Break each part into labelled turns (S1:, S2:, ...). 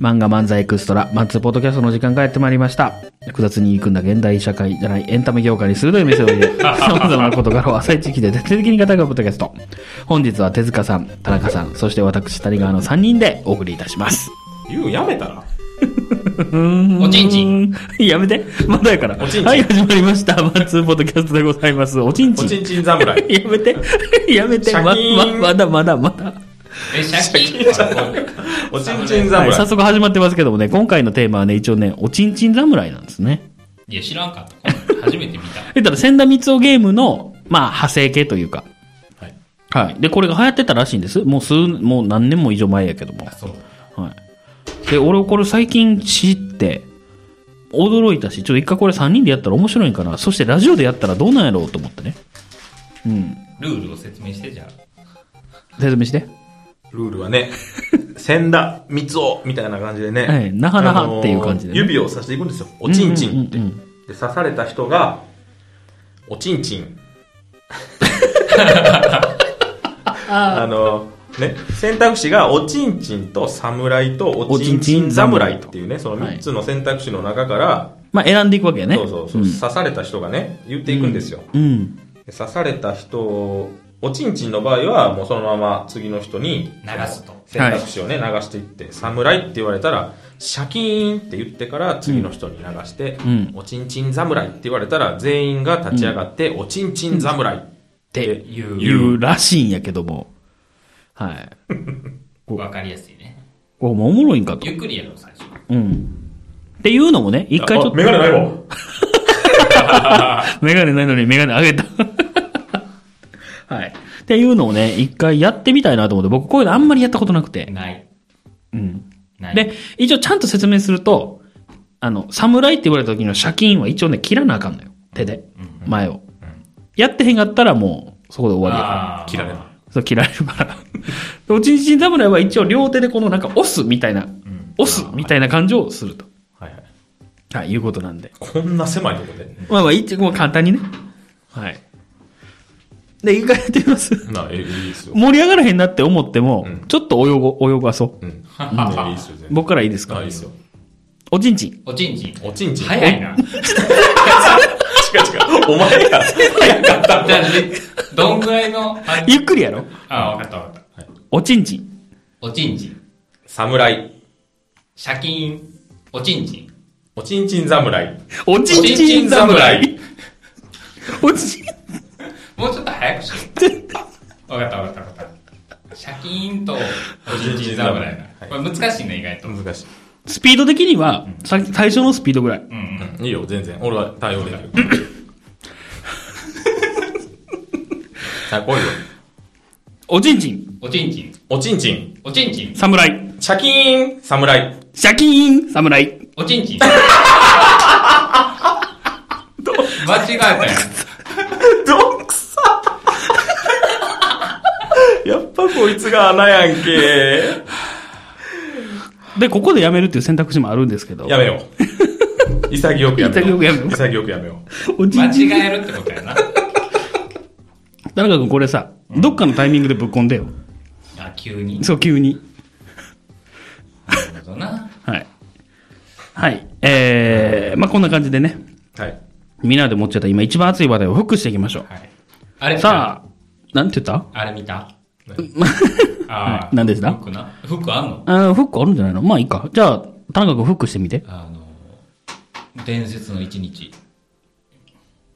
S1: 漫画漫才エクストラ、マッツーポッドキャストの時間がやってまいりました。複雑に憎んだ現代社会じゃないエンタメ業界に鋭い目線を入 れ、様々な事柄を浅い地域で徹底的に語るポッドキャスト。本日は手塚さん、田中さん、そして私、谷川の3人でお送りいたします。
S2: 言うやめたら
S1: お
S3: ちんち
S1: ん。 やめて。まだやから。
S2: おちんちん
S1: はい、始まりました。マッツーポッドキャストでございます。おちんち
S2: お
S1: ん。
S2: ちんちん 侍。
S1: やめて。やめて。
S2: シャ
S1: ま、
S2: キーン
S1: ま、まだまだまだ。
S3: え、シャキ
S2: おちんち
S1: は
S2: ん
S1: い、
S2: 侍。
S1: 早速始まってますけどもね、今回のテーマはね、一応ね、おちんちん侍なんですね。
S3: いや、知らんかった。こんなん初めて見た。
S1: 言ったら、千田光雄ゲームの、まあ、派生系というか。
S2: はい。
S1: はい。で、これが流行ってたらしいんです。もう数、もう何年も以上前やけども。
S2: そう。
S1: はい。で、俺、これ最近知って、驚いたし、ちょっと一回これ3人でやったら面白いんかな。そしてラジオでやったらどうなんやろうと思ってね。うん。
S3: ルールを説明して、じゃあ。
S1: 説明して。
S2: ルール はね、千田三尾みたいな感じでね、
S1: はいなはなはっていう感じでね
S2: あのー指を刺していくんですよ。おちんちんって。
S1: うんうん
S2: で、刺された人が、おちんち ん。あのーね、選択肢がおちんちんと侍とおちんちん侍っていうね、その3つの選択肢の中から、
S1: まあ、選んでいくわけやね。
S2: そうそうそう、刺された人がね、言っていくんですよ。
S1: うん。うん。
S2: で刺された人を、おちんちんの場合は、もうそのまま次の人に、
S3: 流すと。
S2: 選択肢をね、流していって、侍って言われたら、シャキーンって言ってから次の人に流して、
S1: ん
S2: おちんちん侍って言われたら、全員が立ち上がって、おちんちん侍って
S3: 言う。
S1: いうらしいんやけども。はい。
S3: わかりやすいね。
S1: これもおもろいんかと
S3: ゆ。っくりやろう、最初。
S1: うん。っていうのもね、一回ちょっと。
S2: あメガネないわ。
S1: メガネないのにメガネあげた。はい。っていうのをね、一回やってみたいなと思って、僕こういうのあんまりやったことなくて。
S3: ない。
S1: うん。
S3: ない。
S1: で、一応ちゃんと説明すると、あの、侍って言われた時の借金は一応ね、切らなあかんのよ。手で。前を。やってへんかったらもう、そこで終わりやから。
S3: あー
S2: 切られる。
S1: そう、切られるから。でおちんちん侍は一応両手でこのなんか押すみたいな、押すみたいな感じをすると。
S2: はいはい。
S1: はい、いうことなんで。
S2: こんな狭いとこで。
S1: まあまあ、一応もう簡単にね。はい。で、一回やってみます。
S2: なあ、え、いいですよ。
S1: 盛り上がらへんなって思っても、
S2: うん
S1: ちょっと泳ご、泳がそ
S2: うん。いいですよ、全
S1: う。
S2: 然。
S1: 僕からいいですか
S2: あ、いいですよ。
S1: おちんちん。
S3: おちんちん。
S2: おちんちん。
S3: 早いな。
S2: 違う違う。お前が早かった。
S3: じゃあ、でどんぐらいの、あ
S1: ゆっくりやろ
S3: あ、わかったわかった。
S1: おちんちん。
S3: おちんちん。
S2: 侍。
S3: シャキーン。おちんちん。
S2: おちんちん侍。
S1: おちん
S3: おち
S1: ち
S3: んち
S1: ん
S3: ん
S1: 侍
S3: 侍。
S1: おちん、
S3: もうちょっと早くしよう。わかったわかったわかった。シャキーンと、おちんちん侍な。これ難しいね、意外と。
S2: 難しい。
S1: スピード的には、さ最初のスピードぐらい。
S3: うんうん。
S2: いいよ、全然。俺は対応でき る。さあ、来いよ。
S1: おちんちん。
S3: おちんちん。
S2: おちんちん。
S3: おちんちん。
S1: 侍。
S2: シャキーン侍。
S1: シャキーン侍。
S3: おちんちん。間違えたやん。
S2: どんくさやっぱこいつが穴やんけ。
S1: で、ここでやめるっていう選択肢もあるんですけど。
S2: やめよう。潔くやめよう。
S1: 潔くやめよう
S2: 潔くやめよ
S1: おちんちん。
S3: 間違えるってことやな。
S1: 田中君これさ、どっかのタイミングでぶっこんでよ。
S3: あ、急に。
S1: そう、急に。
S3: なるほどな。
S1: はい。はい。えー、まあこんな感じでね、
S2: う。はい。
S1: みんなで持っちゃった今一番熱い話題をフックしていきましょ
S3: はい。あれ
S1: う。
S3: 見た
S1: さ あ、なんて言った
S3: あれ見た
S2: 何
S3: ああ。
S1: 何でした
S3: 服な。服あんの
S1: あーフックあるんじゃないのまあいいか。じゃあ、田中君フックしてみて。
S3: あの、伝説の一日。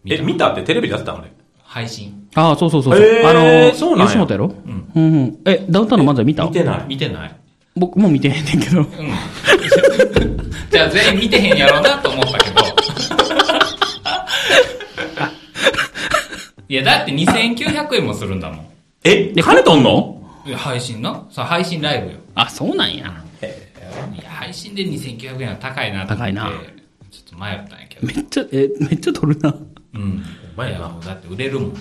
S2: え、見たってテレビでやってたのね。
S3: 配信。
S1: ああ、そうそうそうそう。
S2: へー
S1: あのー
S2: そうなんや
S1: 吉本やろうん。うん。え、ダウンタウンの漫才見た
S2: 見てない。
S3: 見てない
S1: 僕も見てへんねんけ ど。
S3: うん。 じゃあ全員見てへんやろうなと思ったけど。いや、だって2900円もするんだもん。
S2: え、金とんの
S3: いや配信なさあ配信ライブよ。
S1: あ、そうなんや。
S3: いや、配信で2900円は高いなと思って。
S1: 高いな
S3: ちょっと迷ったんやけど。
S1: めっちゃ、え、めっちゃ撮るな。
S3: うん。
S2: お前やな
S3: な。だって売れるもん。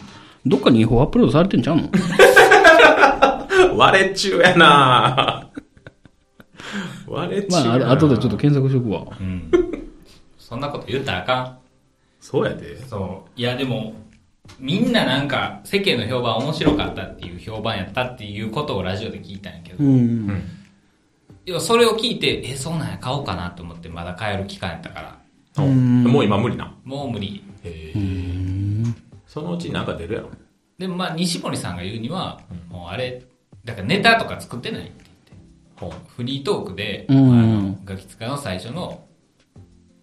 S1: どっかに違法アップロードされてんちゃう の
S2: 割れ中やな割れ中
S1: ま
S2: や
S1: あ、
S2: な
S1: あ後でちょっと。検索しとくわ。
S3: うん。そんなこと言うたらあか
S2: そうやで。
S3: ん。そう。いや、でも、みんななんか世間の評判面白かったっていう評判やったっていうことをラジオで聞いたんやけど、
S1: うん。
S3: 要はそれを聞いて、え、そうなんや、買おうかなと思ってまだ買える期間やったから、
S2: おもう今無理な。
S3: もう無理。
S2: そのうちになんか出るやろ。
S3: でもまあ、西森さんが言うには、もうあれ、だからネタとか作ってないって言って、フリートークで、
S1: うん
S3: あのガキ使いの最初の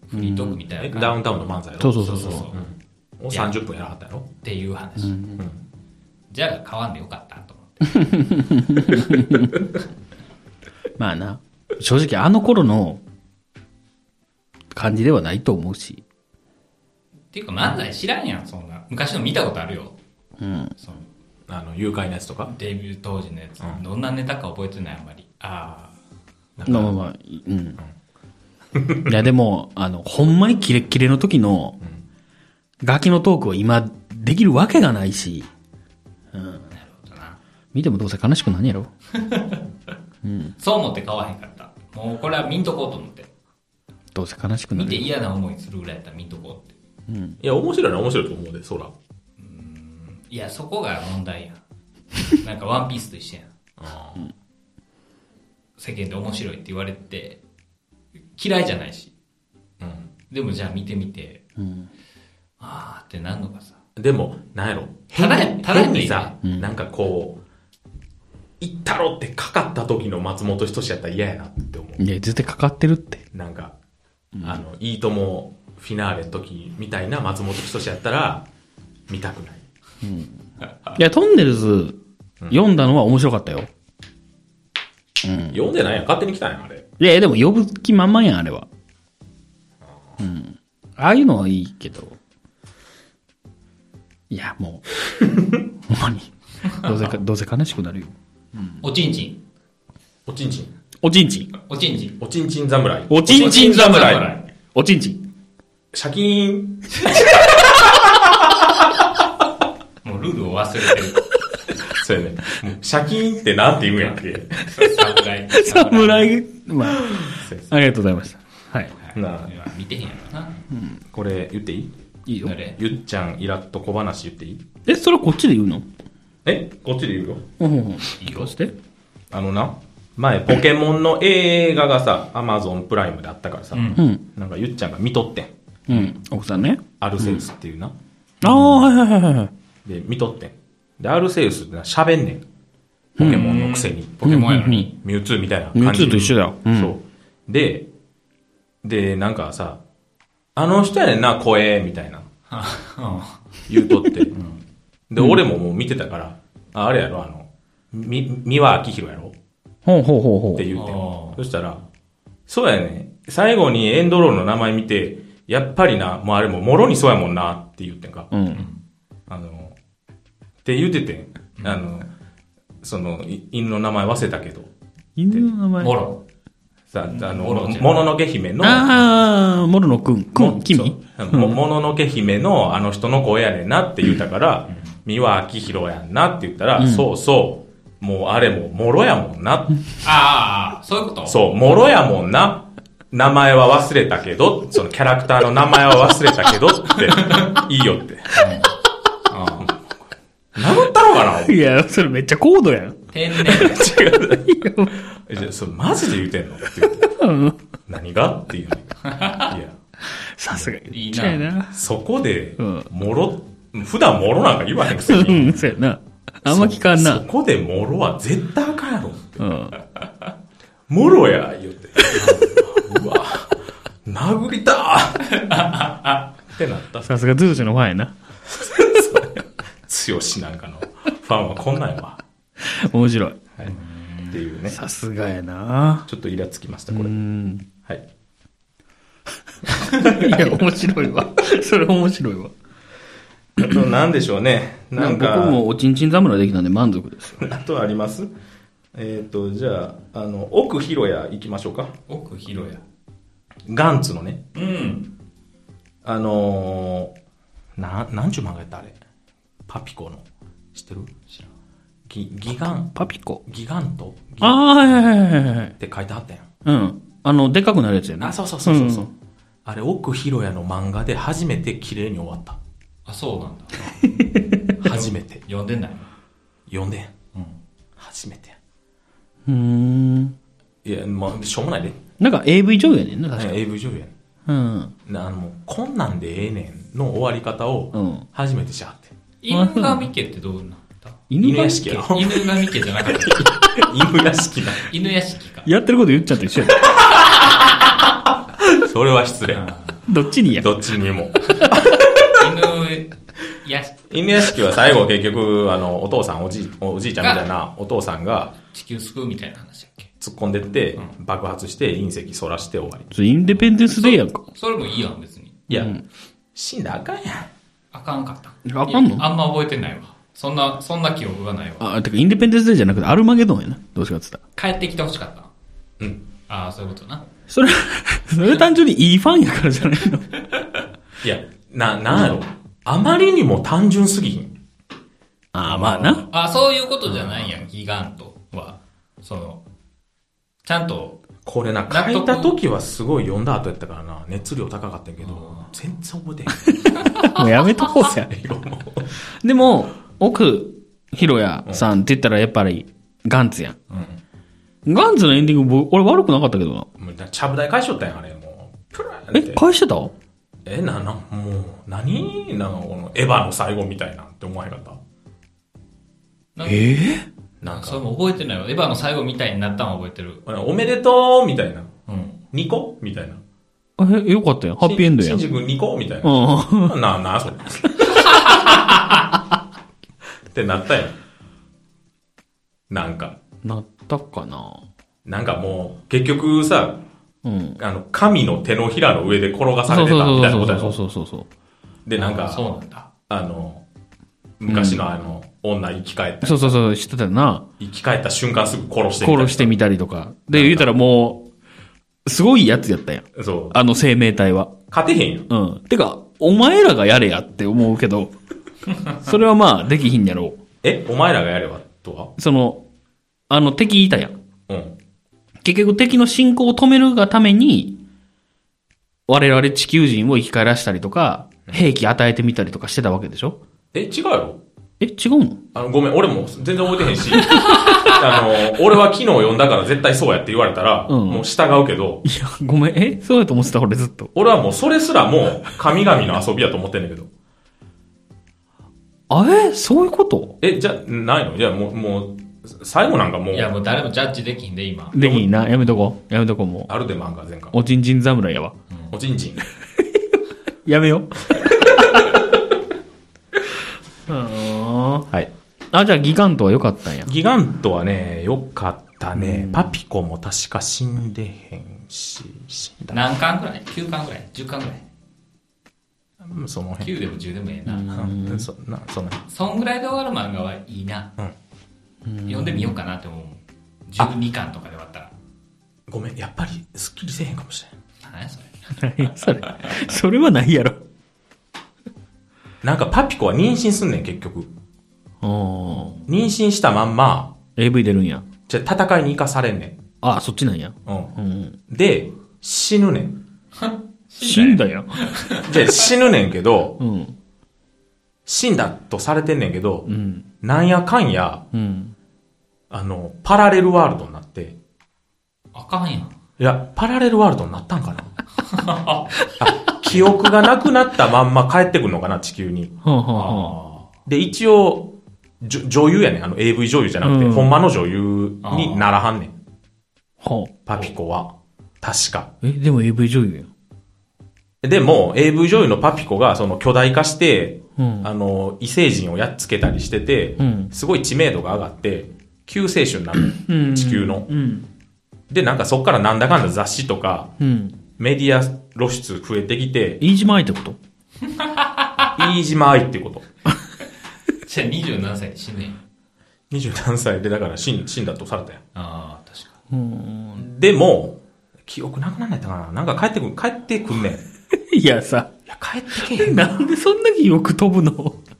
S3: フリートークみた
S2: え
S3: いな
S2: ダ
S3: 感
S2: ウンタウンの漫才やろ
S1: そうそうそう
S3: じ
S1: そう。
S3: そうそう
S2: うんを30分やらはったやろ
S3: っていう話。じゃあ、買わんでよかったと思って。
S1: まあな。正直あの頃の感じではないと思うし。
S3: っていうか漫才知らんやん、そんな。昔の見たことあるよ。
S1: うん。
S3: その
S2: あの、誘拐のやつとか。
S3: デビュー当時のやつ。どんなネタか覚えてない、あんまり。あ
S2: なん
S1: まあまあ
S2: か
S1: まあ、うん。いやでも、あの、ほんまにキレッキレの時の、ガキのトークを今できるわけがないし、
S3: あ、なるほどな。
S1: 見てもどうせ悲しくなんやろ。
S3: そう思って買わへんかった。もうこれは見んとこうと思って。
S1: どうせ悲しくな
S3: 見
S1: る
S3: て
S1: よ。
S3: 嫌な思いするぐらいやったら見んとこうって。
S2: いや、面白いのは面白いと思うで、そら。
S3: いや、そこが問題やん。なんかワンピースと一緒やん。世間で面白いって言われて、嫌いじゃないし。でもじゃあ見てみて、あーってなんのかさ。
S2: でも、なんやろ。
S3: ただやただや
S2: 変
S3: ったらい
S2: に
S3: い
S2: さ、なんかこう、行ったろってかかった時の松本人志やったら嫌やなって思う。
S1: いや、絶対かかってるって。
S2: なんか、あの、いいともフィナーレの時みたいな松本人志やったら、見たくない。
S1: いや、トンネルズ読んだのは面白かったよ。
S2: 読んでないやん勝手に来たんやん、あれ。
S1: いや、でも呼ぶ気満々やん、あれは。うん。ああいうのはいいけど。いや、も う。ほんまに。どうせか、どうせ悲しくなるよ。
S3: おちんちん。
S2: おちんちん。
S1: おちんちん。
S3: おちんちん。
S2: おちんちん侍。
S1: おちんちん
S3: 侍。
S1: おちんちん。
S2: シャキーン。
S3: もうルールを忘れてる。
S2: そうやね。もうシャキーンってなんて言うんやっけ。
S3: 侍。
S1: 侍、まあ、ありがとうございました。はい。
S2: なあ
S3: 見てへんやろな。
S2: これ言っていい
S1: いいよ。
S3: 誰
S2: ゆっちゃんイラッと小話言っていい
S1: え、それこっちで言うの
S2: えこっちで言うよ。
S1: うんうんうん。いいよ。して。
S2: あのな、前ポケモンの映画がさ、アマゾンプライムであったからさ、
S3: うん
S1: うん。
S2: なんかゆっちゃんが見とってん。
S1: うん。奥さんね。
S2: アルセウスっていうな。
S1: ああ、はいはいはいはい。
S2: で、見とってん。で、アルセウスってな、喋んねん。ポケモンのくせに。
S3: ポケモンやのに。
S2: ミュウツーみたいな感じ。
S1: ミュウツーと一緒だようん
S2: そう。で、で、なんかさ、あの人やねんな、声、みたいな。言うとって。で、俺ももう見てたから、ああれやろ、あの、み、三輪明宏やろ
S1: ほうほうほうほ
S2: っ
S1: う
S2: て。言うてん
S3: あー
S2: そしたら、そうやね。最後にエンドロールの名前見て、やっぱりな、もうあれももろにそうやもんなって言ってんか。
S1: うん。
S2: あの、って言うててん。あの、その、い犬の名前忘れたけど。
S1: 犬の名前。
S3: モロ。
S2: さ、あの、
S3: モロちゃん
S2: もののけ姫の、
S1: ああ、モルノくん。く
S2: も
S1: ん、君
S2: そうももののけ姫のあの人の声やねんなって言ったから、三輪明宏やんなって言ったら、そうそう、もうあれももろやもんな。
S3: ああ、そういうこと
S2: そう、もろやもんな。名前は忘れたけど、そのキャラクターの名前は忘れたけど って、いいよって。うん名乗ったのか
S1: いや、それめっちゃ高度やん。
S3: う。天然。
S2: な違う。えじゃあそれマジで言うてんのって言って。 何がっていうねん。いや、
S1: さすが。
S3: いいな
S1: ちゃいな。
S2: そこで
S1: うん、
S2: もろ、普段もろなんか言わへんくせ
S1: う
S2: に。
S1: ん、そうやな。あんま聞かん
S2: そ
S1: な。
S2: こでもろは絶対あかんやろ。
S1: うん。
S2: もろや、言うて。うわ、殴りたーってなった。
S1: さすがズーシュのファンやな。
S2: 強しなんかのファンはこんなんやわ。
S1: 面白い。
S2: はい。っていうね。
S1: さすがやな。
S2: ちょっとイラつきました、これ
S1: う。ん。
S2: はい。
S1: いや、面白いわ。 それ面白いわ。
S2: あと何でしょうね。なん
S1: 僕
S2: か、
S1: もおちんちん侍できたんで満足ですよ。
S2: あとありますえっと、じゃあ、あの、奥広也行きましょうか。
S3: 奥広や。
S2: ガンツのね。
S3: うん。
S2: あのー、な、なんちゅう漫画やったあれ。パピコの。知ってる知らん。ギ、ギガン、
S1: パピコ。
S2: ギガントギっ
S1: ああ、はいはいはいはいはい。
S2: て書いてあったやん。
S1: うん。あの、でかくなるやつやな。。
S2: あ、そうそうそうそうそううんあれ、奥広也の漫画で初めて綺麗に終わった。
S3: あ、そうなんだ。
S2: 初めて。
S3: 読んでない
S2: 4年。初めて
S1: うーん。
S2: や。いや、まあ、しょうもないで。
S1: なんか AV 女優やねんな、確かに。
S2: AV 女優やね
S1: うん。
S2: んなあの、こんなんでええねんの終わり方
S1: う
S2: を
S1: ん、
S2: 初めてしはって。
S3: 犬神家ってどうなった
S2: 犬屋
S1: 敷
S2: 敷やろ
S3: 犬神家じゃなかった。
S2: 犬屋敷だ。
S3: 犬屋敷か。
S1: やってること言っちゃ って一緒や。
S2: それは失礼。
S1: どっちにや。
S2: どっちにも。
S3: 犬屋敷、
S2: 犬屋敷は最後結局、あの、お父さん、おじい、おじいちゃんみたいなお父さんが
S3: 地球救うみたいな話だっけ
S2: 突っ込んでって、爆発して隕石反らして終わり。
S1: それインディペンデンスデーやんか。
S3: それもいいやん、別に。
S2: いや、死んだらあかんやん。
S3: あかんかった。
S1: あかんの
S3: いやあんま覚えてないわ。そんな、そんな記憶がないわ。
S1: あ、てかインディペンデンスデーじゃなくてアルマゲドンやな。どうしかっつったら。
S3: 帰ってきてほしかった。
S2: うん。
S3: ああ、そういうことな。
S1: それ、それ単純にいいファンやからじゃないの。
S2: いや、な、なんやろ。あまりにも単純すぎひん。
S1: ああ、まあな。
S3: ああ、そういうことじゃないやん、ギガンとは。その、ちゃんと、
S2: これな、
S3: 納得
S2: 書いた時はすごい読んだ後やったからな、熱量高かったんやけど、全然覚え
S1: もうやめとこうぜ。
S2: てへん。 英語も
S1: でも、奥、ひろやさんって言ったらやっぱり、ガンツやん。ガンツのエンディング、僕俺悪くなかったけどな。
S2: もうなちゃぶ台返しよったんや、あれ。もう、プラー
S1: え
S2: っ、て。
S1: 返してた
S2: え、な、な、もう、何なんかこの、エヴァの最後みたいなって思わへんかった。
S3: なんか
S1: ええ
S2: なん
S3: それ
S2: か、
S3: も覚えてないわ。エヴァの最後みたいになったのは覚えてる。
S2: おめでとうみたいな。
S3: うん。
S2: ニコみたいな。
S1: え、よかったよ。ハッピーエンドやん。
S2: しんじ君ニコみたいな。
S1: う
S2: な、な、 それ。ってなったやん。なんか、
S1: ん。なったかな
S2: なんかもう、結局さ、
S1: うん。
S2: あの、神の手のひらの上で転がさ
S1: そ
S2: れ
S1: う
S2: てたみたいな
S1: そ
S2: こ
S1: う
S2: とや
S1: そう
S2: ろ。
S1: そうそうそうそう。
S2: で、なん
S3: あそう
S2: か、
S3: なんだ。
S2: あの、昔のあの、女生き返った、
S1: そうそうそう、知ってたよな。
S2: 生き返った瞬間すぐ殺してみた
S1: 殺してみたりとか。で、言うたらもう、すごいやつやったやん。
S2: て。そう。
S1: あの生命体は。
S2: 勝てへんよ。
S1: うん。てか、お前らがやれやって思うけ ど、それはまあ、できひんやろ
S2: え、お前らがやればとは
S1: う。その、あの、敵いたやん。
S2: うん。
S1: 結局敵の進行を止めるがために、我々地球人を生き返らしたりとか、兵器与えてみたりとかしてたわけでしょ
S2: え、違うやろ
S1: え、違うの
S2: あの、ごめん、俺も全然覚えてへんし、 あの、俺は昨日読んだから絶対そうやって言われたら、
S1: うん
S2: もう従うけど、
S1: いや、ごめん。えそうやと思ってた、俺ずっと。
S2: 俺はもうそれすらもう神々の遊びやと思ってんだけど。
S1: あれそういうこと
S2: え、じゃ、ないのいや、もう、もう、最後なんかもう
S3: い、や、もう誰もジャッジできひんで、今。
S1: できんな。やめとこう。やめとこう、も
S2: あるで漫画全巻
S1: う。。おちんちん侍やわ。
S2: おちんちん。
S1: やめよ う。うん。
S2: はい。
S1: あ、じゃあ、ギガントは良か ったんや。
S2: ギガントはね、よかったね。パピコも確か死んでへんし、死んだ。
S3: 何巻ぐらい ?9 巻ぐらい ?10 巻ぐらい
S2: うんその辺。
S3: ?9 でも10でもええな。
S2: うんそなその辺
S3: そんぐらいで終わる漫画はいいな。
S2: うん
S3: 読んでみようかなって思う。12巻とかで終わったら。
S2: ごめん、やっぱりスッキリせえへんかもしれん。
S3: 何やそれ。
S1: それ、それはないやろ。
S2: なんかパピコは妊娠すんねん、結局。
S1: うん。
S2: 妊娠したまんま、
S1: AV 出るんや。
S2: じゃあ戦いに生かされんね
S1: あ、そっちなんや。
S2: ん。うん。
S1: うん。
S2: で、死ぬねん。
S1: 死んだやん。
S2: じゃあ死ぬねんけど、
S1: うん。
S2: 死んだとされてんねんけど、
S1: うん。
S2: なんやかんや、
S1: うん。
S2: あの、パラレルワールドになって、
S3: あかんやん。
S2: いや、パラレルワールドになったんかなあ記憶がなくなったまんま帰ってくるのかな、地球に。
S1: はあ、はあはあ、
S2: で、一応、じょ女優やねん。あの、AV 女優じゃなくて、
S1: うん
S2: ほんまの女優にならはんねん。
S1: はあ。
S2: パピコは。確か。
S1: え、でも AV 女優やん。
S2: でも、AV 女優のパピコが、その巨大化して、
S1: うん
S2: あの、異星人をやっつけたりしてて、
S1: うん
S2: すごい知名度が上がって、救世主になる、
S1: うん
S2: 地球の。
S1: うん。
S2: で、なんかそっからなんだかんだ雑誌とか、
S1: うん。
S2: メディア露出増えてきて、
S1: 飯島愛ってこと
S2: 飯島愛ってこと。
S3: じゃあ27歳で死ぬやん。
S2: 27歳で、だから死ん死んだとされたや
S3: ああ、確か
S1: うん。
S2: ん。でも、記憶なくなんないったかななんか帰ってくる、帰ってくんねん。い
S1: いやさ、
S2: や、帰ってけへんな。
S1: なんでそんなによく飛ぶの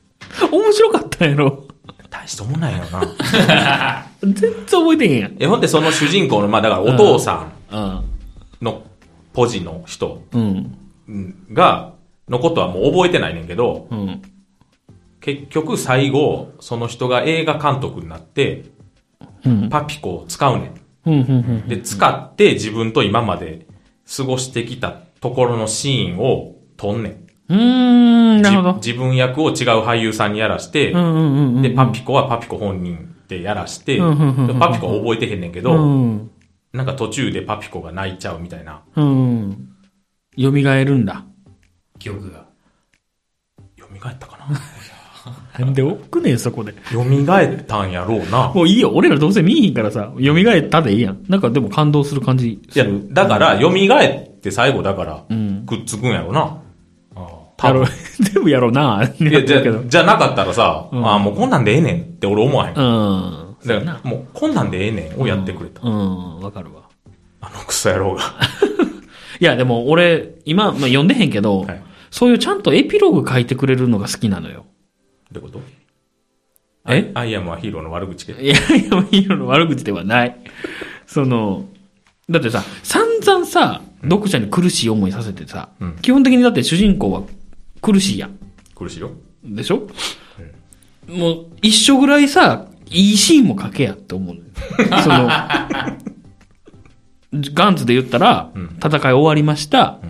S1: 面白かったんやろ。
S2: 大したもんないよな。
S1: 全然覚えてへんやん。
S2: え、ほんでその主人公の、まあだからお父さ
S1: あ
S2: んのポジの人
S1: うん。
S2: うんが、のことはもう覚えてないねんけど、
S1: うん。
S2: 結局最後、その人が映画監督になって、
S1: うん。
S2: パピコを使うね
S1: うん、うん、うん
S2: ん。。で、使って自分と今まで過ごしてきたところのシーンを撮んねん。
S1: うーん、なるほど。
S2: じ自分役を違う俳優さんにやらして、
S1: うん、うん、うんうん。
S2: で、パピコはパピコ本人でやらして、で
S1: うんうんうんうん
S2: パピコは覚えてへんねんけ
S1: う
S2: ど、
S1: ん。
S2: なんか途中でパピコが泣いちゃうみたいな。
S1: うん。蘇るんだ。
S3: 記憶が。
S2: 蘇ったかな
S1: なんでおっくねえ、そこで。
S2: 蘇ったんやろう な。
S1: もういいよ。俺らどうせ見えへんからさ、蘇ったでいいやん。なんかでも感動する感じ
S2: い
S1: す
S2: や
S1: る。、
S2: だから、蘇って最後だから、
S1: うん。
S2: くっつくんやろな。
S3: ああ
S1: や
S2: 多
S1: ろう
S2: 分。、
S1: 全部やろうな、って
S2: い
S1: なっ
S2: や、
S1: て
S2: じ
S1: るけど。
S2: ゃ、じゃなかったらさ、
S1: うん
S2: ああ、もうこんなんでええねんって俺思わへん。
S1: うん。
S2: だから、もうこんなんでええねんをやってくれた。
S1: うん、わかるわ。
S2: あのクソ野郎が。
S1: いや、でも俺、今、まあ、読んでへんけど、
S2: はい
S1: そういうちゃんとエピローグ書いてくれるのが好きなのよ。
S2: ってこと
S1: え
S2: アイアムはヒーローの悪口で。
S1: いや、いや、ヒーローの悪口ではない。その、だってさ、散々さ、読者に苦しい思いさせてさ、
S2: うん
S1: 基本的にだって主人公は苦しいやん。
S2: 苦しいよ。
S1: でしょ、もう、一緒ぐらいさ、いいシーンも書けやって思うのよ。 その、ガンツで言ったら、
S2: うん
S1: 戦い終わりました。
S2: う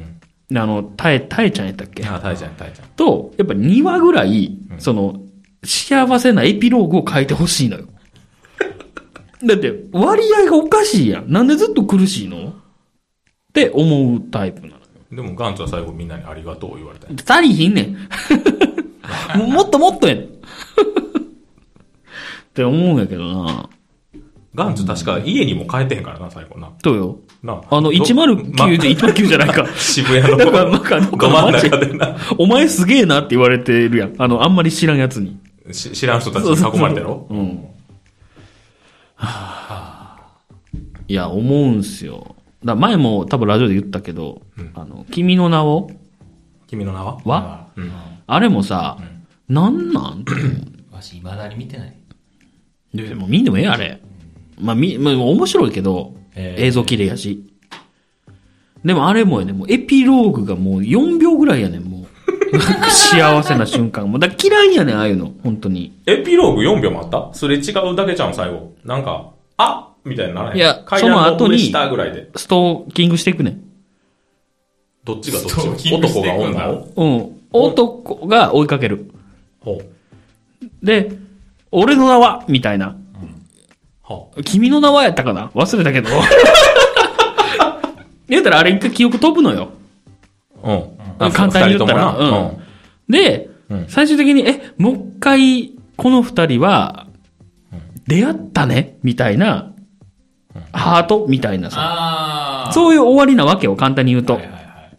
S2: ん。
S1: あの、タエ、タエちゃんやったっけ
S2: ああ、大ちゃん、大ちゃん。
S1: と、やっぱ2話ぐらい、
S2: うん
S1: その、幸せなエピローグを書いてほしいの よ。だって、割合がおかしいやん。なんでずっと苦しいのって思うタイプなの。
S2: でも、ガンツは最後みんなにありがとう言われたよ。
S1: 足りひんねん。ももっともっとやん。って思うんやけどな。
S2: ガンツ確か家にも帰ってへんからな、最後な。
S1: どうよ。
S2: な
S1: あの、
S2: どま
S1: 109で、109じゃないか。
S2: 渋谷の
S1: だ からなんかどっか
S2: ど
S1: の
S2: 真ん
S1: 街
S2: 中でな、
S1: お前すげえなって言われてるやん。あの、あんまり知らんやつに。
S2: し知らん人たちに囲まれたろ
S1: うん。はあ。いや、思うんすよ。だ前も多分ラジオで言ったけど、
S2: うん
S1: あの、君の名を、
S2: 君の名は
S1: わ
S2: う
S3: うんん。
S1: あれもさ、なんなんって思う
S3: わし、未だに見てない。
S1: でも見んでもええ、あれ。まあ、み、まあ、面白いけど、
S3: えー
S1: 映像綺麗やし。でもあれもやね、もうエピローグがもう4秒ぐらいやねん、もう。 幸せな瞬間。もうだから嫌いやねん、ああいうの、本当に。
S2: エピローグ4秒もあったすれ違うだけじゃん、最後。なんか、あみたいにならへん。
S1: いや
S2: 階段
S1: その後に
S2: 上下ぐらいで。
S1: ストーキングしていくねん。
S2: どっちがどっ
S3: ストー
S2: ち
S3: キング
S2: 男
S3: して
S2: が
S3: いくんだ
S2: 女を
S1: うん。男が追いかける。
S2: ほう。
S1: で、俺の名は、みたいな。
S2: ほ
S1: 君の名はやったかな忘れたけど。 言うたらあれ一回記憶飛ぶのよ。
S2: う。うん。
S1: うん簡単に言ったら
S2: 二人ともな
S1: うんで、
S2: うん
S1: 最終的に、え、もう一回、この二人は、出会ったねみたいな、ハートみたいなさ。
S3: ああ。
S1: そういう終わりなわけよ、簡単に言うと
S3: はい。はいはい。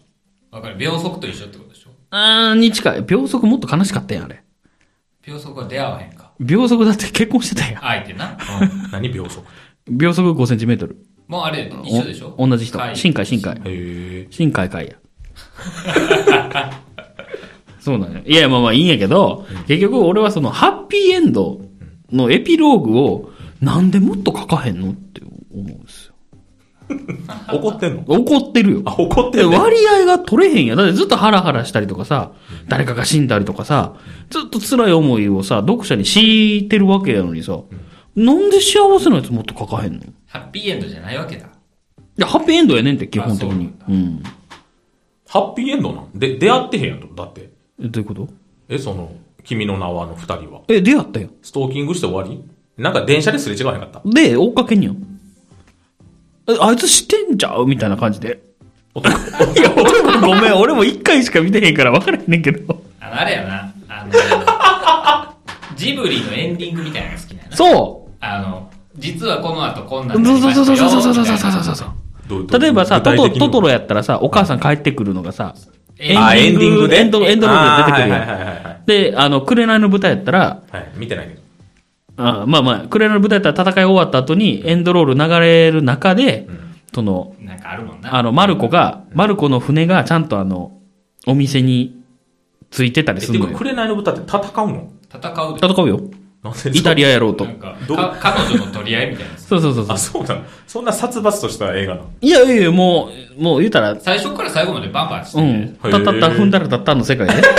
S3: わかる。秒速と一緒ってことでしょ
S1: あーに近い。秒速もっと悲しかったやん、あれ。
S3: 秒速は出会わへんか。
S1: 秒速だって結婚してたやん。
S3: 相手な。
S2: うん何秒速
S1: 秒速5センチメートル。
S3: もうあれ、一緒でしょ
S1: お同じ人。
S3: はい
S1: 新海、新海。
S2: へえ。
S1: 新海海や。 そうなのよ。いや、まあまあいいんやけど、結局俺はそのハッピーエンドのエピローグをなんでもっと書かへんのって思うんですよ。
S2: 怒ってんの
S1: 怒ってるよ。
S2: あ、怒って
S1: で
S2: んの
S1: 割合が取れへんやん。だってずっとハラハラしたりとかさ、誰かが死んだりとかさ、ずっと辛い思いをさ、読者に強いてるわけやのにさ、なんで幸せなやつもっと書かへんのい
S3: ハッピーエンドじゃないわけだ。
S1: や、ハッピーエンドやねんって、基本的に。うん。
S2: ハッピーエンドなんで、出会ってへんやんと。だって。
S1: えどういうこと
S2: え、その、君の名はの二人は。
S1: え、出会ったよ。
S2: ストーキングして終わりなんか電車ですれ違わへんかった。
S1: で、追っかけんやん。えあいつ知ってんじゃうみたいな感じで。
S2: 男
S1: いや、俺もごめん、俺も一回しか見てへんから分からへんねんけど。
S3: あの、あれやな。あの、ジブリのエンディングみたいなのが好きなんやな。
S1: そ
S3: あの、実はこの後こん
S1: う
S3: な
S1: そ
S3: ん
S1: う
S3: なりま
S1: そう
S3: した
S1: そう
S3: よ
S1: そうそうそうそうそう
S3: みたいな
S1: そうそう。
S2: どういう
S1: 例えばさ、
S2: 具
S1: ト
S2: 体
S1: ト
S2: 的に
S1: トトロやったらさ、お母さん帰ってくるのがさ、
S3: エンディング
S2: あ、エンディングで。
S1: エンドエンドロールで出てくる
S2: あ
S1: や
S2: ーは
S1: ん
S2: いはいはいはい
S1: で、あの、紅の豚やったら、
S2: はい。はい、見てないけど。
S1: あまあまあ、紅の豚やったら戦い終わった後にエンドロール流れる中で
S2: う、ん。
S1: その、
S3: なんかあるもんな。
S1: あの、マルコが、マルコの船がちゃんとあの、お店についてたり
S2: え、
S1: す
S2: て
S1: る
S2: か
S1: の、よ。
S2: 紅の豚って戦うの
S3: 戦うで。
S1: 戦うよ。
S2: なんで
S1: イタリアやろうと
S3: な。んか
S2: ど
S3: か彼女の取り合いみたいな。
S1: そうそうそうそ
S2: あ、
S1: う。
S2: そうなのそんな殺伐とした映画なの
S1: いやいやいや、もう、もう言うたら、
S3: 最初から最後までバンバンして
S1: う
S3: る、
S1: ん。たったった、踏んだらたったの世界ね。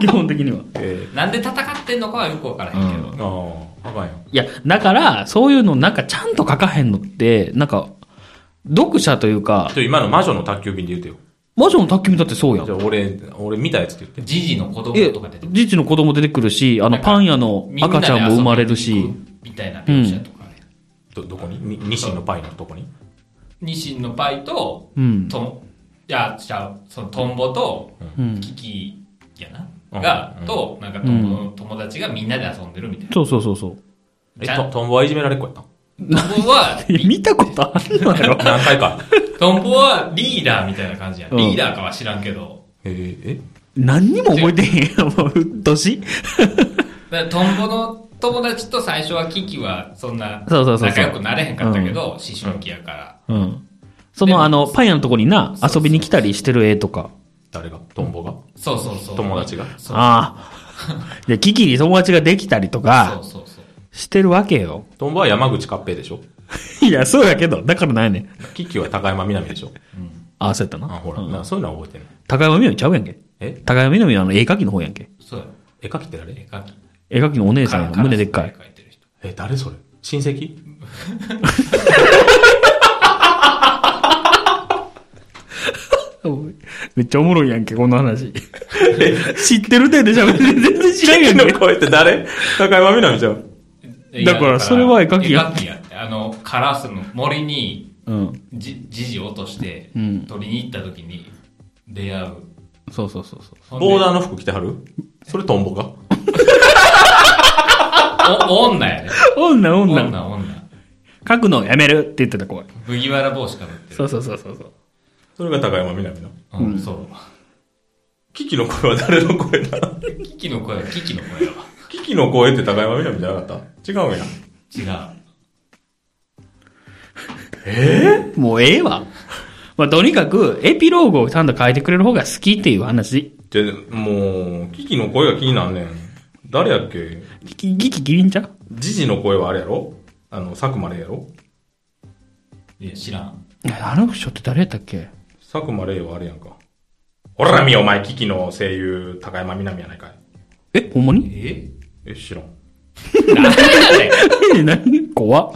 S1: 基本的には。
S2: え
S3: なんで戦ってんのかはよくわからへんけど。
S2: えああ、あかんよ。
S1: いや、だから、そういうのなんかちゃんと書かへんのって、なんか、読者というか、
S2: ちょ、今の魔女の宅急便で言うてよ。
S1: 魔女の宅急便だってそうやん
S2: じゃ。あ、俺、俺見たやつって言って。
S3: ジジの子供
S1: いや
S3: とか出てくる。
S1: 父の子供出てくるし、あの、パン屋の
S3: みんな
S1: 赤
S3: で
S1: ちゃんも生まれる
S3: 遊び
S1: し
S3: に、行くみたいな描写とかね。
S2: ど、どこににニシンのパイのとこに
S3: ニシンのパイと、
S1: うん。
S3: とん、いや、違う、そのトンボと、
S1: うん。
S3: キキや
S2: うん
S3: な、が、と、なんかトンボの友達がみんなで遊んでるみたいな。
S1: そうそうそうそう。
S2: え、
S3: ちゃ
S2: と
S3: ん
S2: トンボはいじめられっ子やったん
S3: トンボは、
S1: いや見たことあるのやろ
S2: 何回か。
S3: トンボはリーダーみたいな感じや。
S1: うん
S3: リーダーかは知らんけど。
S2: えー、え
S1: 何にも覚えてへんやん、もう、年
S3: だからトンボの友達と最初はキキはそんな
S1: そうそうそうそう
S3: 仲良くなれへんかったけど、思春期やから。
S1: うん。そ
S3: で
S1: の、
S3: も
S1: あの、パン屋のとこにな
S3: そう、そ
S1: 遊
S3: う
S1: びに来たりしてる絵とか。
S2: 誰がトンボが
S3: そうそうそう。
S2: 友達が
S3: そう
S1: ああ。 で、キキに友達ができたりと
S3: そう
S1: か、
S3: そうそう。
S1: してるわけよ。
S2: トンボは山口勝平でしょ
S1: いや、そうやけど、だからなんやねん。
S2: キキは高山みなみでしょ
S1: ああ、そうやった
S2: あ、
S1: な。
S2: ほら、
S1: うん
S2: なそういうのは覚えてない。
S1: 高山みなみちゃうやんけ。
S2: え
S1: 高山みなみはあの、絵描きの方やんけ。
S3: そうや。
S2: 絵描きって誰
S3: 絵描き。
S1: 絵描きのお姉さんやん
S3: カラ
S1: 胸でっかい
S3: カ。ラスで描いてる人。
S2: え、誰それ親戚
S1: めっちゃおもろいやんけ、この話。 知ってる点で喋ってる全然知らんやん
S2: の
S1: け。
S2: 声って誰高山みなみじゃん。
S3: い
S1: だ
S3: や
S1: からそれは絵描きや
S3: 絵描きやって。あの、カラスの森に
S1: うん。
S3: じじじ落として、
S1: うん
S3: 取りに行った時に出会う。
S1: そうそうそうそう。
S3: ほんで
S2: ボーダーの服着てはるそれトンボか
S3: お女やね。
S1: 女、女。
S3: 女、女。
S1: 書くのやめるって言ってた子。
S3: 麦わら帽子かぶってる。
S1: そうそうそうそうそう。
S2: それが高山みなみの。
S3: うん、そう。
S2: キキの声は誰の声だ
S3: キキの声はキキの声だわ。
S2: キキの声って高山みなみじゃなかった違うんや。
S3: 違う。
S1: もうええわ。まあ、とにかく、エピローグをちゃんと書いてくれる方が好きっていう話。
S2: じゃ、もう、キキの声が気になんねん。誰やっけ
S1: ギキギリンちゃう
S2: ジジの声はあれやろあの、佐久間玲やろ
S3: いや、知らん。
S1: あの人って誰やったっけ
S2: 佐久間玲はあれやんか。ほらみお前、キキの声優、高山みなみやないかい。
S1: え、ほんまに
S3: え
S2: え、知らん。
S1: え何怖っ。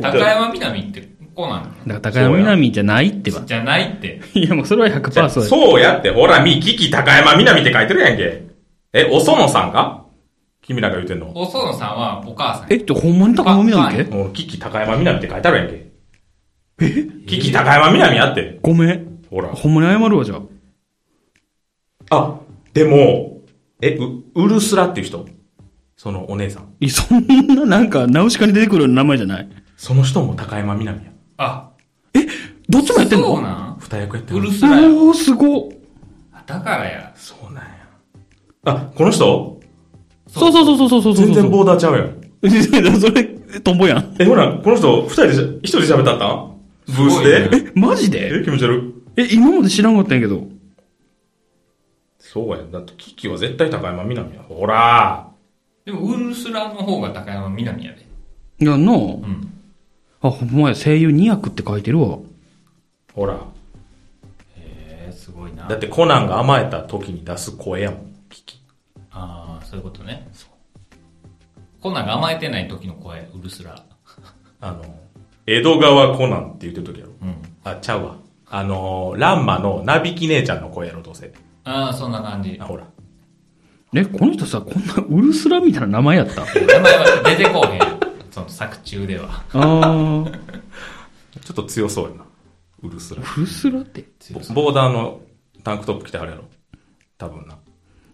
S3: 高山みなみって子なの
S1: だから高山みなみじゃないってば。
S3: じゃないって。
S1: いや、もうそれは
S2: じゃ
S1: 100%
S2: あ
S1: そうや。
S2: そうやって、ほらみ、キキ、高山みなみって書いてるやんけ。え、おそのさんか君なんか言うてんの
S3: おそのさんはお母さん。
S1: え、ってほんまに高山みなみって
S2: もう、キキ、高山みなみって書いてあるやんけ。えキキ、高山みなみやって。
S1: ごめん。
S2: ほら。
S1: ほんまに謝るわ、じゃあ。
S2: あ、でも、え、う、ウルスラっていう人そのお姉さん。
S1: いやそんな、なんか、ナウシカに出てくるような名前じゃない。
S2: その人も高山みなみや。
S3: あ、
S1: どっちもやってんの
S3: そうなん
S2: 二役やって
S3: う
S2: る
S3: る。すらや。
S1: おー、すごっ。
S3: だからや。
S2: そうなんや。あ、この人
S1: そうそうそうそうそうそう。
S2: 全然ボーダーちゃうやん。
S1: 然それ、トンボやん。
S2: え、ほら、この人、二人でしゃ、一人で喋ったったんブース
S3: すご
S2: で。
S1: え、マジで
S2: え、気持ち悪い。
S1: え、今まで知らんかったんやけど。
S2: そうやん。だって、キキは絶対高山みなみや。ほら
S3: でも、ウルスラの方が高山みなみやで。
S1: いや、なあ。
S3: ん
S1: あ、ほんまや、声優2役って書いてるわ。
S2: ほら。
S3: へえ、すごいな
S2: だって、コナンが甘えた時に出す声やもん。キキ。
S3: ああ、そういうことね。コナンが甘えてない時の声、ウルスラ。
S2: あの、江戸川コナンって言ってる時やろ。
S3: うん。
S2: あ、ちゃうわ。あのー、ランマのなびき姉ちゃんの声やろ、どうせ。
S3: ああ、そんな感じ
S2: あ、。ほら。
S1: え、この人さ、こんなウルスラみたいな名前や った。あ
S3: 名前は出てこうへん。その作中では。
S1: あ。
S2: ちょっと強そうやな。うるすら。
S1: ウルスラって。
S2: ボボーダーのタンクトップ着てはるやろ。多分な。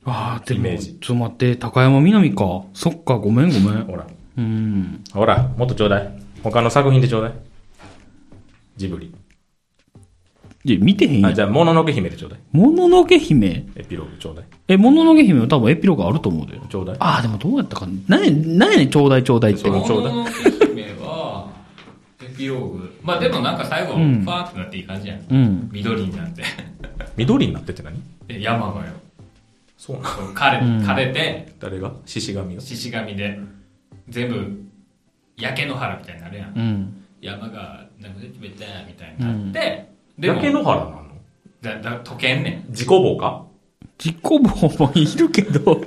S1: ああ、で
S2: イメ
S1: も、
S2: ー
S1: ち
S2: ジ
S1: ょっと待って、高山みなみか。そっか、ごめんごめん。
S2: ほら。
S1: うん。
S2: ほら、もっとちょうだい。他の作品でちょうだい。ジブリ。
S1: じゃ、見てへんや
S2: あ、
S1: ん。
S2: じゃあ、もののけ姫でちょうだい。
S1: もののけ姫。
S2: エピローグちょうだい。
S1: え、もののけ姫も多分エピローグあると思うで。
S2: ちょうだい。
S1: ああ、でもどうやったかな。なんや、なんやねん、ちょうだいちょうだいって。
S2: そのちょうだい
S3: もののけ姫は、エピローグ。まあでもなんか最後、ファーってなっていい感じやん。
S1: うん。
S3: 緑になって。
S2: 緑になってって何
S3: で山がよ。
S2: そうなの
S3: 枯れ、
S1: うん
S3: 枯れて、
S2: 誰が獅子神が。
S3: 獅子神で、全部、焼け野原みたいになるやん。
S1: うん。
S3: 山がなくなっちまったみたいになって、で
S2: 焼け
S3: も
S2: 野原なの
S3: だだ溶けんねん。
S2: 自己棒か
S1: 実行棒もいるけど、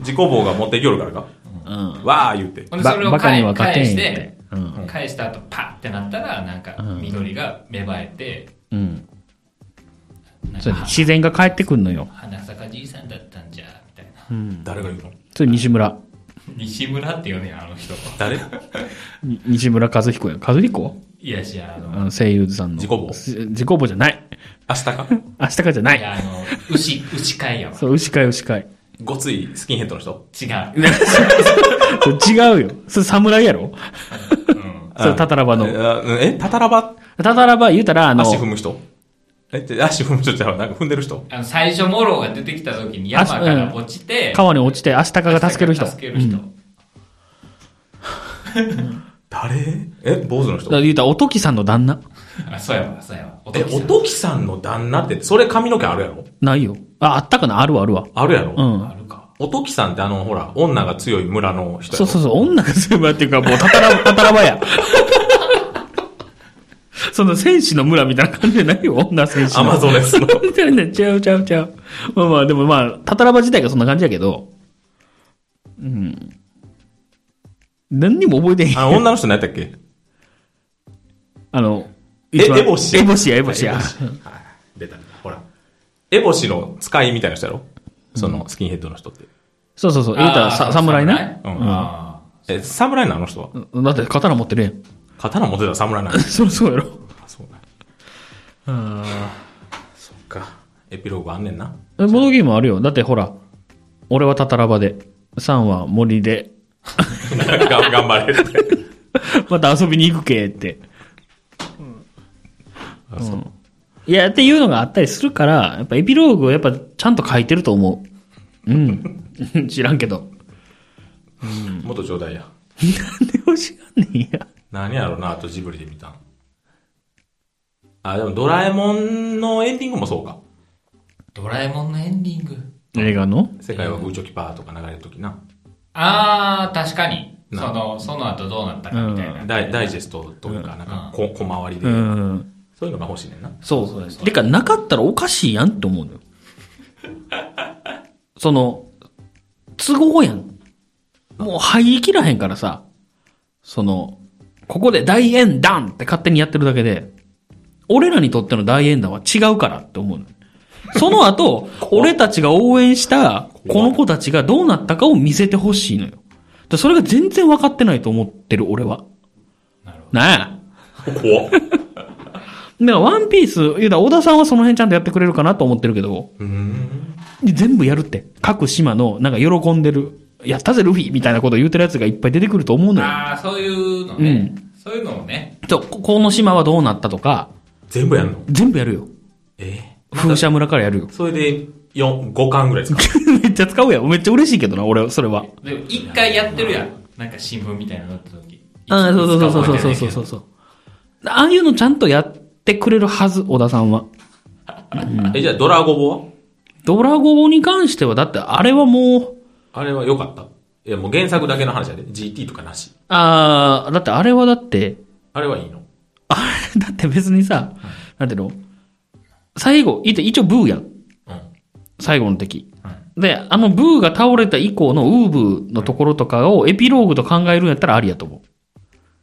S2: 自己棒が持ってきよるからか。
S1: うん。
S2: わー言って。
S3: ほんでそれを
S1: バカに
S3: 返
S1: は勝て
S3: 返
S1: んっ
S3: して
S1: て、。うん。
S3: 返した後パッてなったらなんか
S1: うん
S3: 緑が芽生えて、
S1: うん。
S3: なん
S1: そ
S3: か
S1: れ自然が帰ってくんのよ。
S3: 花坂じいさんだったんじゃみたいな
S1: うん。
S2: 誰が言うの
S1: それ西村。
S3: 西村って言うねんあの人
S2: 誰
S1: に西村和彦やん。和彦
S3: いやしやあ
S1: う
S3: の、
S1: ん、声優さんの。
S2: 自己棒
S1: す自己棒じゃない。
S2: 明日か
S1: 明日かじゃないい。
S3: やあの牛牛飼いやわ
S1: そう、牛飼い牛飼い。
S2: ごついスキンヘッドの人
S3: 違う、
S1: それ違うよ。それ侍やろ
S3: うん、
S1: それタタラバの
S2: えーえ、タタラバ
S1: タタラバ言うたら、あの、
S2: 足踏む人えって、足踏む人ちゃうなんか踏んでる人
S3: あの最初モロが出てきた時に山から落ちて、
S1: 川に落ちて明日かが助ける人。
S3: 助ける人、
S1: うんだ
S2: 誰え、坊主
S1: か
S2: の
S1: ら
S2: 人
S1: 言うたら、おときさんの旦那。
S3: あそうやわそうやわお
S2: え、おときさんの旦那って、それ髪の毛あるやろ
S1: ないよ。あ、あったかなあるわあるわ。
S2: あるやろ
S1: うん
S3: あ。るか
S2: おときさんってあの、ほら、女が強い村の人や
S1: そ
S2: ろ
S1: うそうそう、女が強い村っていうか、もう、たたら、たたらばや。その、戦士の村みたいな感じじゃないよ、女戦士の。
S2: アマゾネスの。
S1: みたいな、 ちゃうちゃうちゃう。まあまあ、でもまあ、たたらば自体がそんな感じやけど、うん。何にも覚えてへん。
S2: あの、女の人何やったっけ
S1: あの、
S2: え
S1: 一番
S2: エボシ
S1: エボシや、エボシや。
S2: はい出た。ほら。エボシの使いみたいな人やろその、スキンヘッドの人って。
S1: そうそうそう、言うたら、
S3: あ
S1: さ
S3: ー
S1: 侍な。
S2: うん
S3: あ
S2: え、侍なのあの人は。
S1: うんだって、刀持ってるやん。
S2: 刀持ってたら侍なの
S1: そりゃそうやろ。
S2: あそうなん
S1: あ
S2: そっか。エピローグあんねんな。
S1: ボードゲームあるよ。だって、ほら、俺はたたらばで、さんは森で、
S2: が頑張れって。
S1: また遊びに行くけって。
S2: あそう
S1: いや、っていうのがあったりするから、やっぱエピローグをやっぱちゃんと書いてると思う。うん。 知らんけど。
S2: もっとちょうだいや。
S1: なんで欲しがんねんや。
S2: 何やろうな、あとジブリで見たん。あ、でもドラえもんのエンディングもそうか。
S3: ードラえもんのエンディング
S1: 映画の
S2: 世界はグーチョキパーとか流れるときな。
S3: ああ確かにそ
S2: な
S3: のその後どうなったかみたいな、
S2: ダイダイジェストというか、なんかこ、小回りで
S1: う。ん。
S2: そういうのが欲しいねんな。
S1: そうそうです。てか、なかったらおかしいやんって思うのよ。 その、都合やん。もう入りきらへんからさ、その、ここで大演談って勝手にやってるだけで、俺らにとっての大演談は違うからって思うの。その 後、俺たちが応援したこの子たちがどうなったかを見せてほしいのよ。でそれが全然分かってないと思ってる俺は。
S3: なるほ
S1: ねえ。
S2: 怖っ。
S1: だからワンピース、言うたら小田さんはその辺ちゃんとやってくれるかなと思ってるけど、
S2: うーん。
S1: 全部やるって。各島の、なんか喜んでる、やったぜルフィみたいなこと言うてるやつがいっぱい出てくると思う
S3: ど
S1: のよ。
S3: ああそういうのね、
S1: うん
S3: そういうのをね
S1: そうここの島はどうなったとか、
S2: 全部やんの
S1: 全部やるよ。
S2: え。
S1: 風車村からやるよ
S2: それで、四5巻ぐらいですか
S1: めっちゃ使う やん。めっちゃ嬉しいけどな、俺、それは。
S3: でも一回やってるやんなんか新聞みたいなの載った時
S1: ああ、そうそうそうそう
S3: いつか覚
S1: そ
S3: え
S1: う
S3: て
S1: そうそ
S3: ないけど
S1: うそう。ああいうのちゃんとやってくれるはず、小田さんは。
S2: え、じゃあドラゴボは
S1: ドラゴボに関しては、だってあれはもう、
S2: あれは良かった。いや、もう原作だけの話やで。GT とかなし。
S1: ああ、だってあれはだって、
S2: あれはいいの。
S1: あれ、だって別にさ、なんていうの最後、いて一応ブーやん。
S2: うん。
S1: 最後の敵。で、あのブーが倒れた以降のウーブーのところとかをエピローグと考えるんやったらありやと思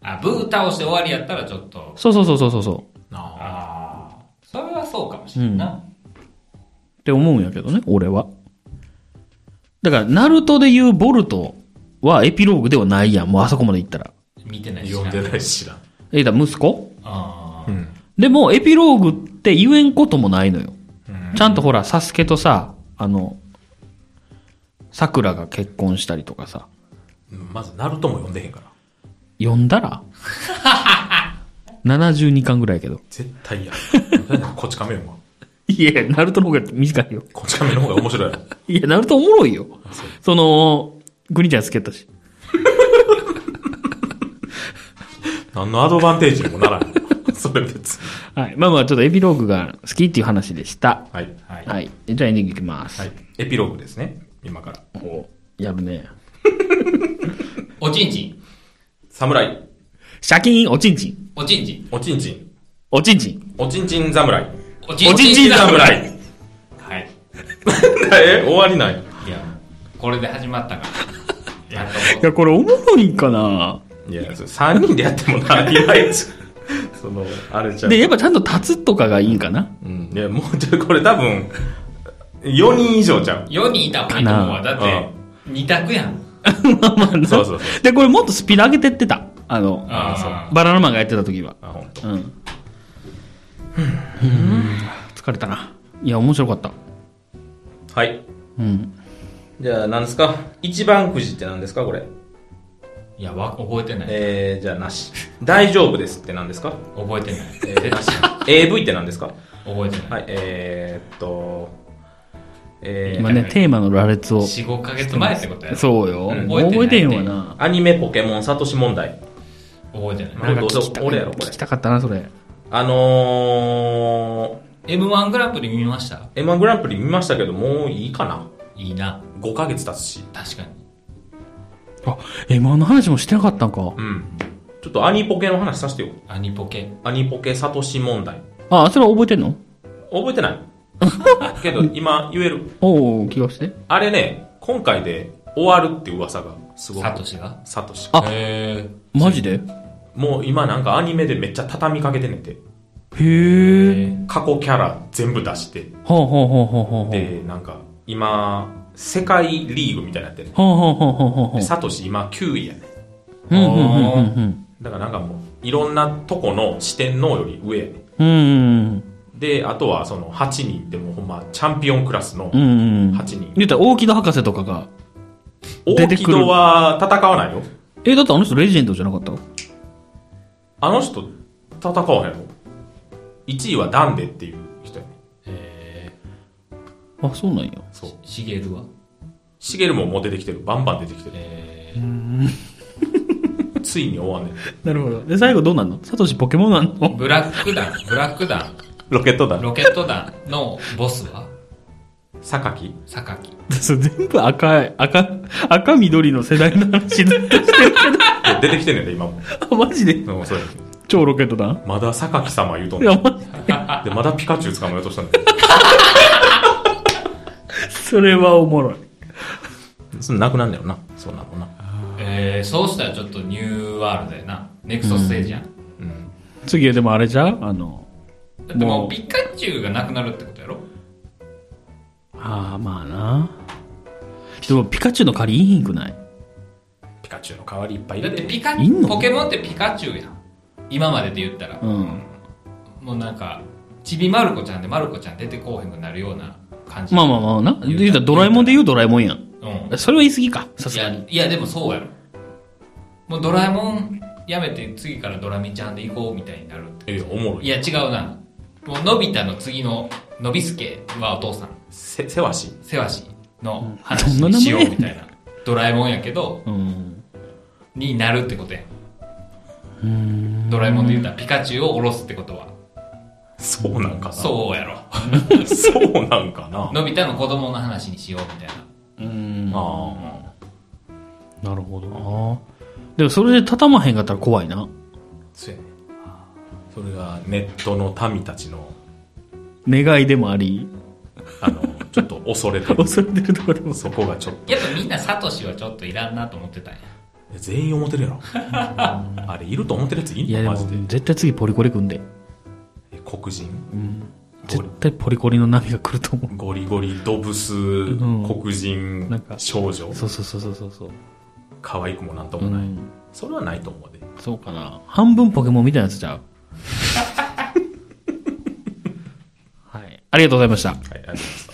S3: あブー倒して終わりやったらちょっと
S1: う。そうそうそうそうそうそう。
S2: なあ。
S3: ああそれはそうかもしれんな、
S1: って思うんやけどね、俺は。だから、ナルトで言うボルトはエピローグではないやん。もうあそこまで行ったら。
S3: 見てないし
S2: 読んでないし知らん。
S1: え、だから息子
S3: あ
S2: うん。
S1: でも、エピローグって言えんこともないのよ。
S2: うん
S1: ちゃんとほら、サスケとさ、あの、桜が結婚したりとかさ。
S2: まず、ナルトも読んでへんから。
S1: 読んだら ?72 巻ぐらいやけど。
S2: 絶 対や。こち亀読むわ。
S1: いや、ナルトの方が短いよ。
S2: こち亀の方が面白いやろ。
S1: いや、ナルトおもろいよ。その、グリちゃん好きやったし。
S2: 何のアドバンテージにもならん。 それ別に。
S1: はい。まあまあ、ちょっとエピローグが好きっていう話でした。
S2: はい。
S3: あはい
S1: はい。じゃあエンディングいきます。
S2: はいエピローグですね。今から。
S1: おやるね。
S3: おちんちん。
S2: 侍。
S1: シャキーン、おちんちん。
S3: おちんちん。
S2: おちんちん。
S1: おちんちん。
S2: おちんちん侍。
S3: お
S2: おちんちん侍。
S3: はい。
S2: え 終わりない。
S3: いや、これで始まっ たから。やっと
S1: いや、これおもろいんかない
S2: や、それ3人でやってもな、いやいや、 その、あれちゃう。
S1: で、やっぱちゃんと立つとかがいいんかな
S2: うん、いや、もうちょい、これ多分、4人以上ちゃう。
S3: 4人いた方がいいと思うわ。だって、2択やん。
S1: まあまあな
S2: そうそうそ
S1: で、これもっとスピード上げてってた。あの、
S3: あー
S1: バナナマンがやってた時は。
S2: あ、ほんと。
S1: うん。うん疲れたな。いや、面白かった。
S2: はい。
S1: うん。
S2: じゃあ、何ですか一番くじって何ですかこれ。
S3: いや、わ、覚えてない。
S2: えー、じゃあ、なし。大丈夫ですって何ですか
S3: 覚えてない。
S2: えー、
S3: え
S2: なし。AV って何ですか
S3: 覚えて
S2: は
S3: ない。
S2: い、えーっと、え
S1: 今
S2: ー、
S1: ね、テーマの羅列を。
S3: 4、5ヶ月前ってことやろ
S1: そうよ。
S2: うん
S1: もう覚えてへんわな。
S2: アニメポケモンサトシ問題。
S3: 覚えてな
S2: な
S3: い。
S1: なん
S2: ん
S1: か
S2: か
S1: 聞きた
S2: 俺やろこれ
S1: 聞きたかったな、それ。
S2: あの
S3: M1 グランプリ見ました
S2: ー、M1 グランプリ見ましたけど、もういいかない
S3: いな。
S2: ?5 ヶ月経つし。
S3: 確かに。
S1: あ、M1 の話もしてなかったんか
S2: う。ん。ちょっとアニポケの話させてよ。
S3: アニポケ。
S2: アニポケサトシ問題。
S1: あ、それは覚えてんの
S2: 覚えてない けど、今言える。
S1: おう気がして。
S2: あれね、今回で終わるって噂がすごく。
S3: サトシが
S2: サトシ。
S1: あ
S3: へー
S1: マジで
S2: もう今なんかアニメでめっちゃ畳みかけてねて。
S1: へえ。
S2: 過去キャラ全部出して。
S1: ほうほうほうほうほうほう。
S2: で、なんか、今、世界リーグみたいになってる。
S1: ほうほうほうほうほうほ
S2: で
S1: う。
S2: サトシ今9位やね。
S1: うんうんうんうん
S2: だからなんかもう、いろんなとこの四天王より上やね。
S1: うん。うん
S2: で、あとはその8人でもうほんまチャンピオンクラスの
S1: うんうん。うん
S2: 8。人。
S1: 言ったら大木戸博士とかが。出
S2: 大
S1: て
S2: 木
S1: くる
S2: 戸は戦わないよ。
S1: え、だってあの人レジェンドじゃなかった
S2: あの人、戦わへんの ?1 位はダンデっていう人やね。
S3: え
S1: あ、そうなんや。
S2: そう。
S3: ー、シゲルは
S2: シゲルももう出てきてる。バンバン出てきてる。
S3: え
S2: ついに終わんねん。
S1: なるほど。で、最後どうなんのサトシポケモンなん
S3: ー、
S1: の
S3: ブラック団、ブラック団、
S2: ロケットだろ。
S3: ロケット団のボスは
S2: 榊
S3: 榊。
S1: そう全部赤い、赤、赤緑の世代の話ずっとしてる
S2: 出てきてんねんで、今も。
S1: けど。 あ、マジで
S2: うん、そうや
S1: 超ロケットだ
S2: まだ榊様言うとん
S1: い
S2: ね
S1: や、
S2: ん。
S1: マジ
S2: で、まだピカチュウ捕まえようとしたんだよ。
S1: それはおもろい。
S2: そんななくなんだよな。そんなもんな。
S3: えー、そうしたらちょっとニューワールドやな。ネクソステージやん。
S2: うん。
S1: 次はでもあれじゃうあの、
S3: だって
S1: も
S3: も
S1: う
S3: うピカチュウがなくなるってことやろ
S1: ああ、まあな。でもピカチュウの借りいいんくない
S2: ピカチュウの代わりいっぱいい
S3: だっ
S2: る
S3: て
S2: で。
S3: ピカ、
S1: いんの
S3: ポケモンってピカチュウやん。今までで言ったら。
S1: うん。
S3: もうなんか、ちびまる子ちゃんでまる子ちゃん出てこうへんくなるような感じ。
S1: まあまあまあな。言うたらドラえもんで言うドラえもんやん。
S3: うん。
S1: それは言い過ぎか。さ
S3: い
S1: すが
S3: や
S1: に。、
S3: いやでもそうやろ。もうドラえもんやめて次からドラミちゃんで行こうみたいになるって。
S2: え、おもろ
S3: い
S2: い。
S3: や違うな。もうのび太の次ののびすけはお父さん、
S2: せ、せわし。
S3: せわしの
S1: ど
S3: 話
S1: んな名
S3: に
S1: 前
S3: しようみたいな。ドラえもんやけど、
S1: うん。
S3: になるってことやん。ドラえもんで言ったらピカチュウを下ろすってことは。
S2: そうなんかな。
S3: そうやろ。
S2: う。そうなんかな。
S3: のび太の子供の話にしようみたいな。
S1: うん。
S2: ああ。
S1: なるほどな。でもそれで畳まへんかったら怖いな。
S2: そうやね。それがネットの民たちの、
S1: 願いでもあり、
S2: あの、ちょっと恐れて る。
S1: 恐れてるとこでも。
S2: そこがちょっと。
S3: やっぱみんなサトシはちょっといらんなと思ってたんや。
S2: 全員思ってるやろ あれいると思ってるやつい
S1: い
S2: ん
S1: やで
S2: の
S1: も
S2: マジで、
S1: 絶対次ポリコレ組んで。
S2: え黒人、
S1: 絶対ポリコレの波が来ると思
S2: ゴリゴリドブス、
S1: ん
S2: 黒人
S1: なんか
S2: 少女
S1: う。そうそうそうそうそう。
S2: 可愛くもなんと
S1: う
S2: もない、
S1: ん。
S2: それはないと思うで
S1: そうかな。半分ポケモンみたいなやつち ゃう。はい。ありがとうございました。
S2: はいありがとうございます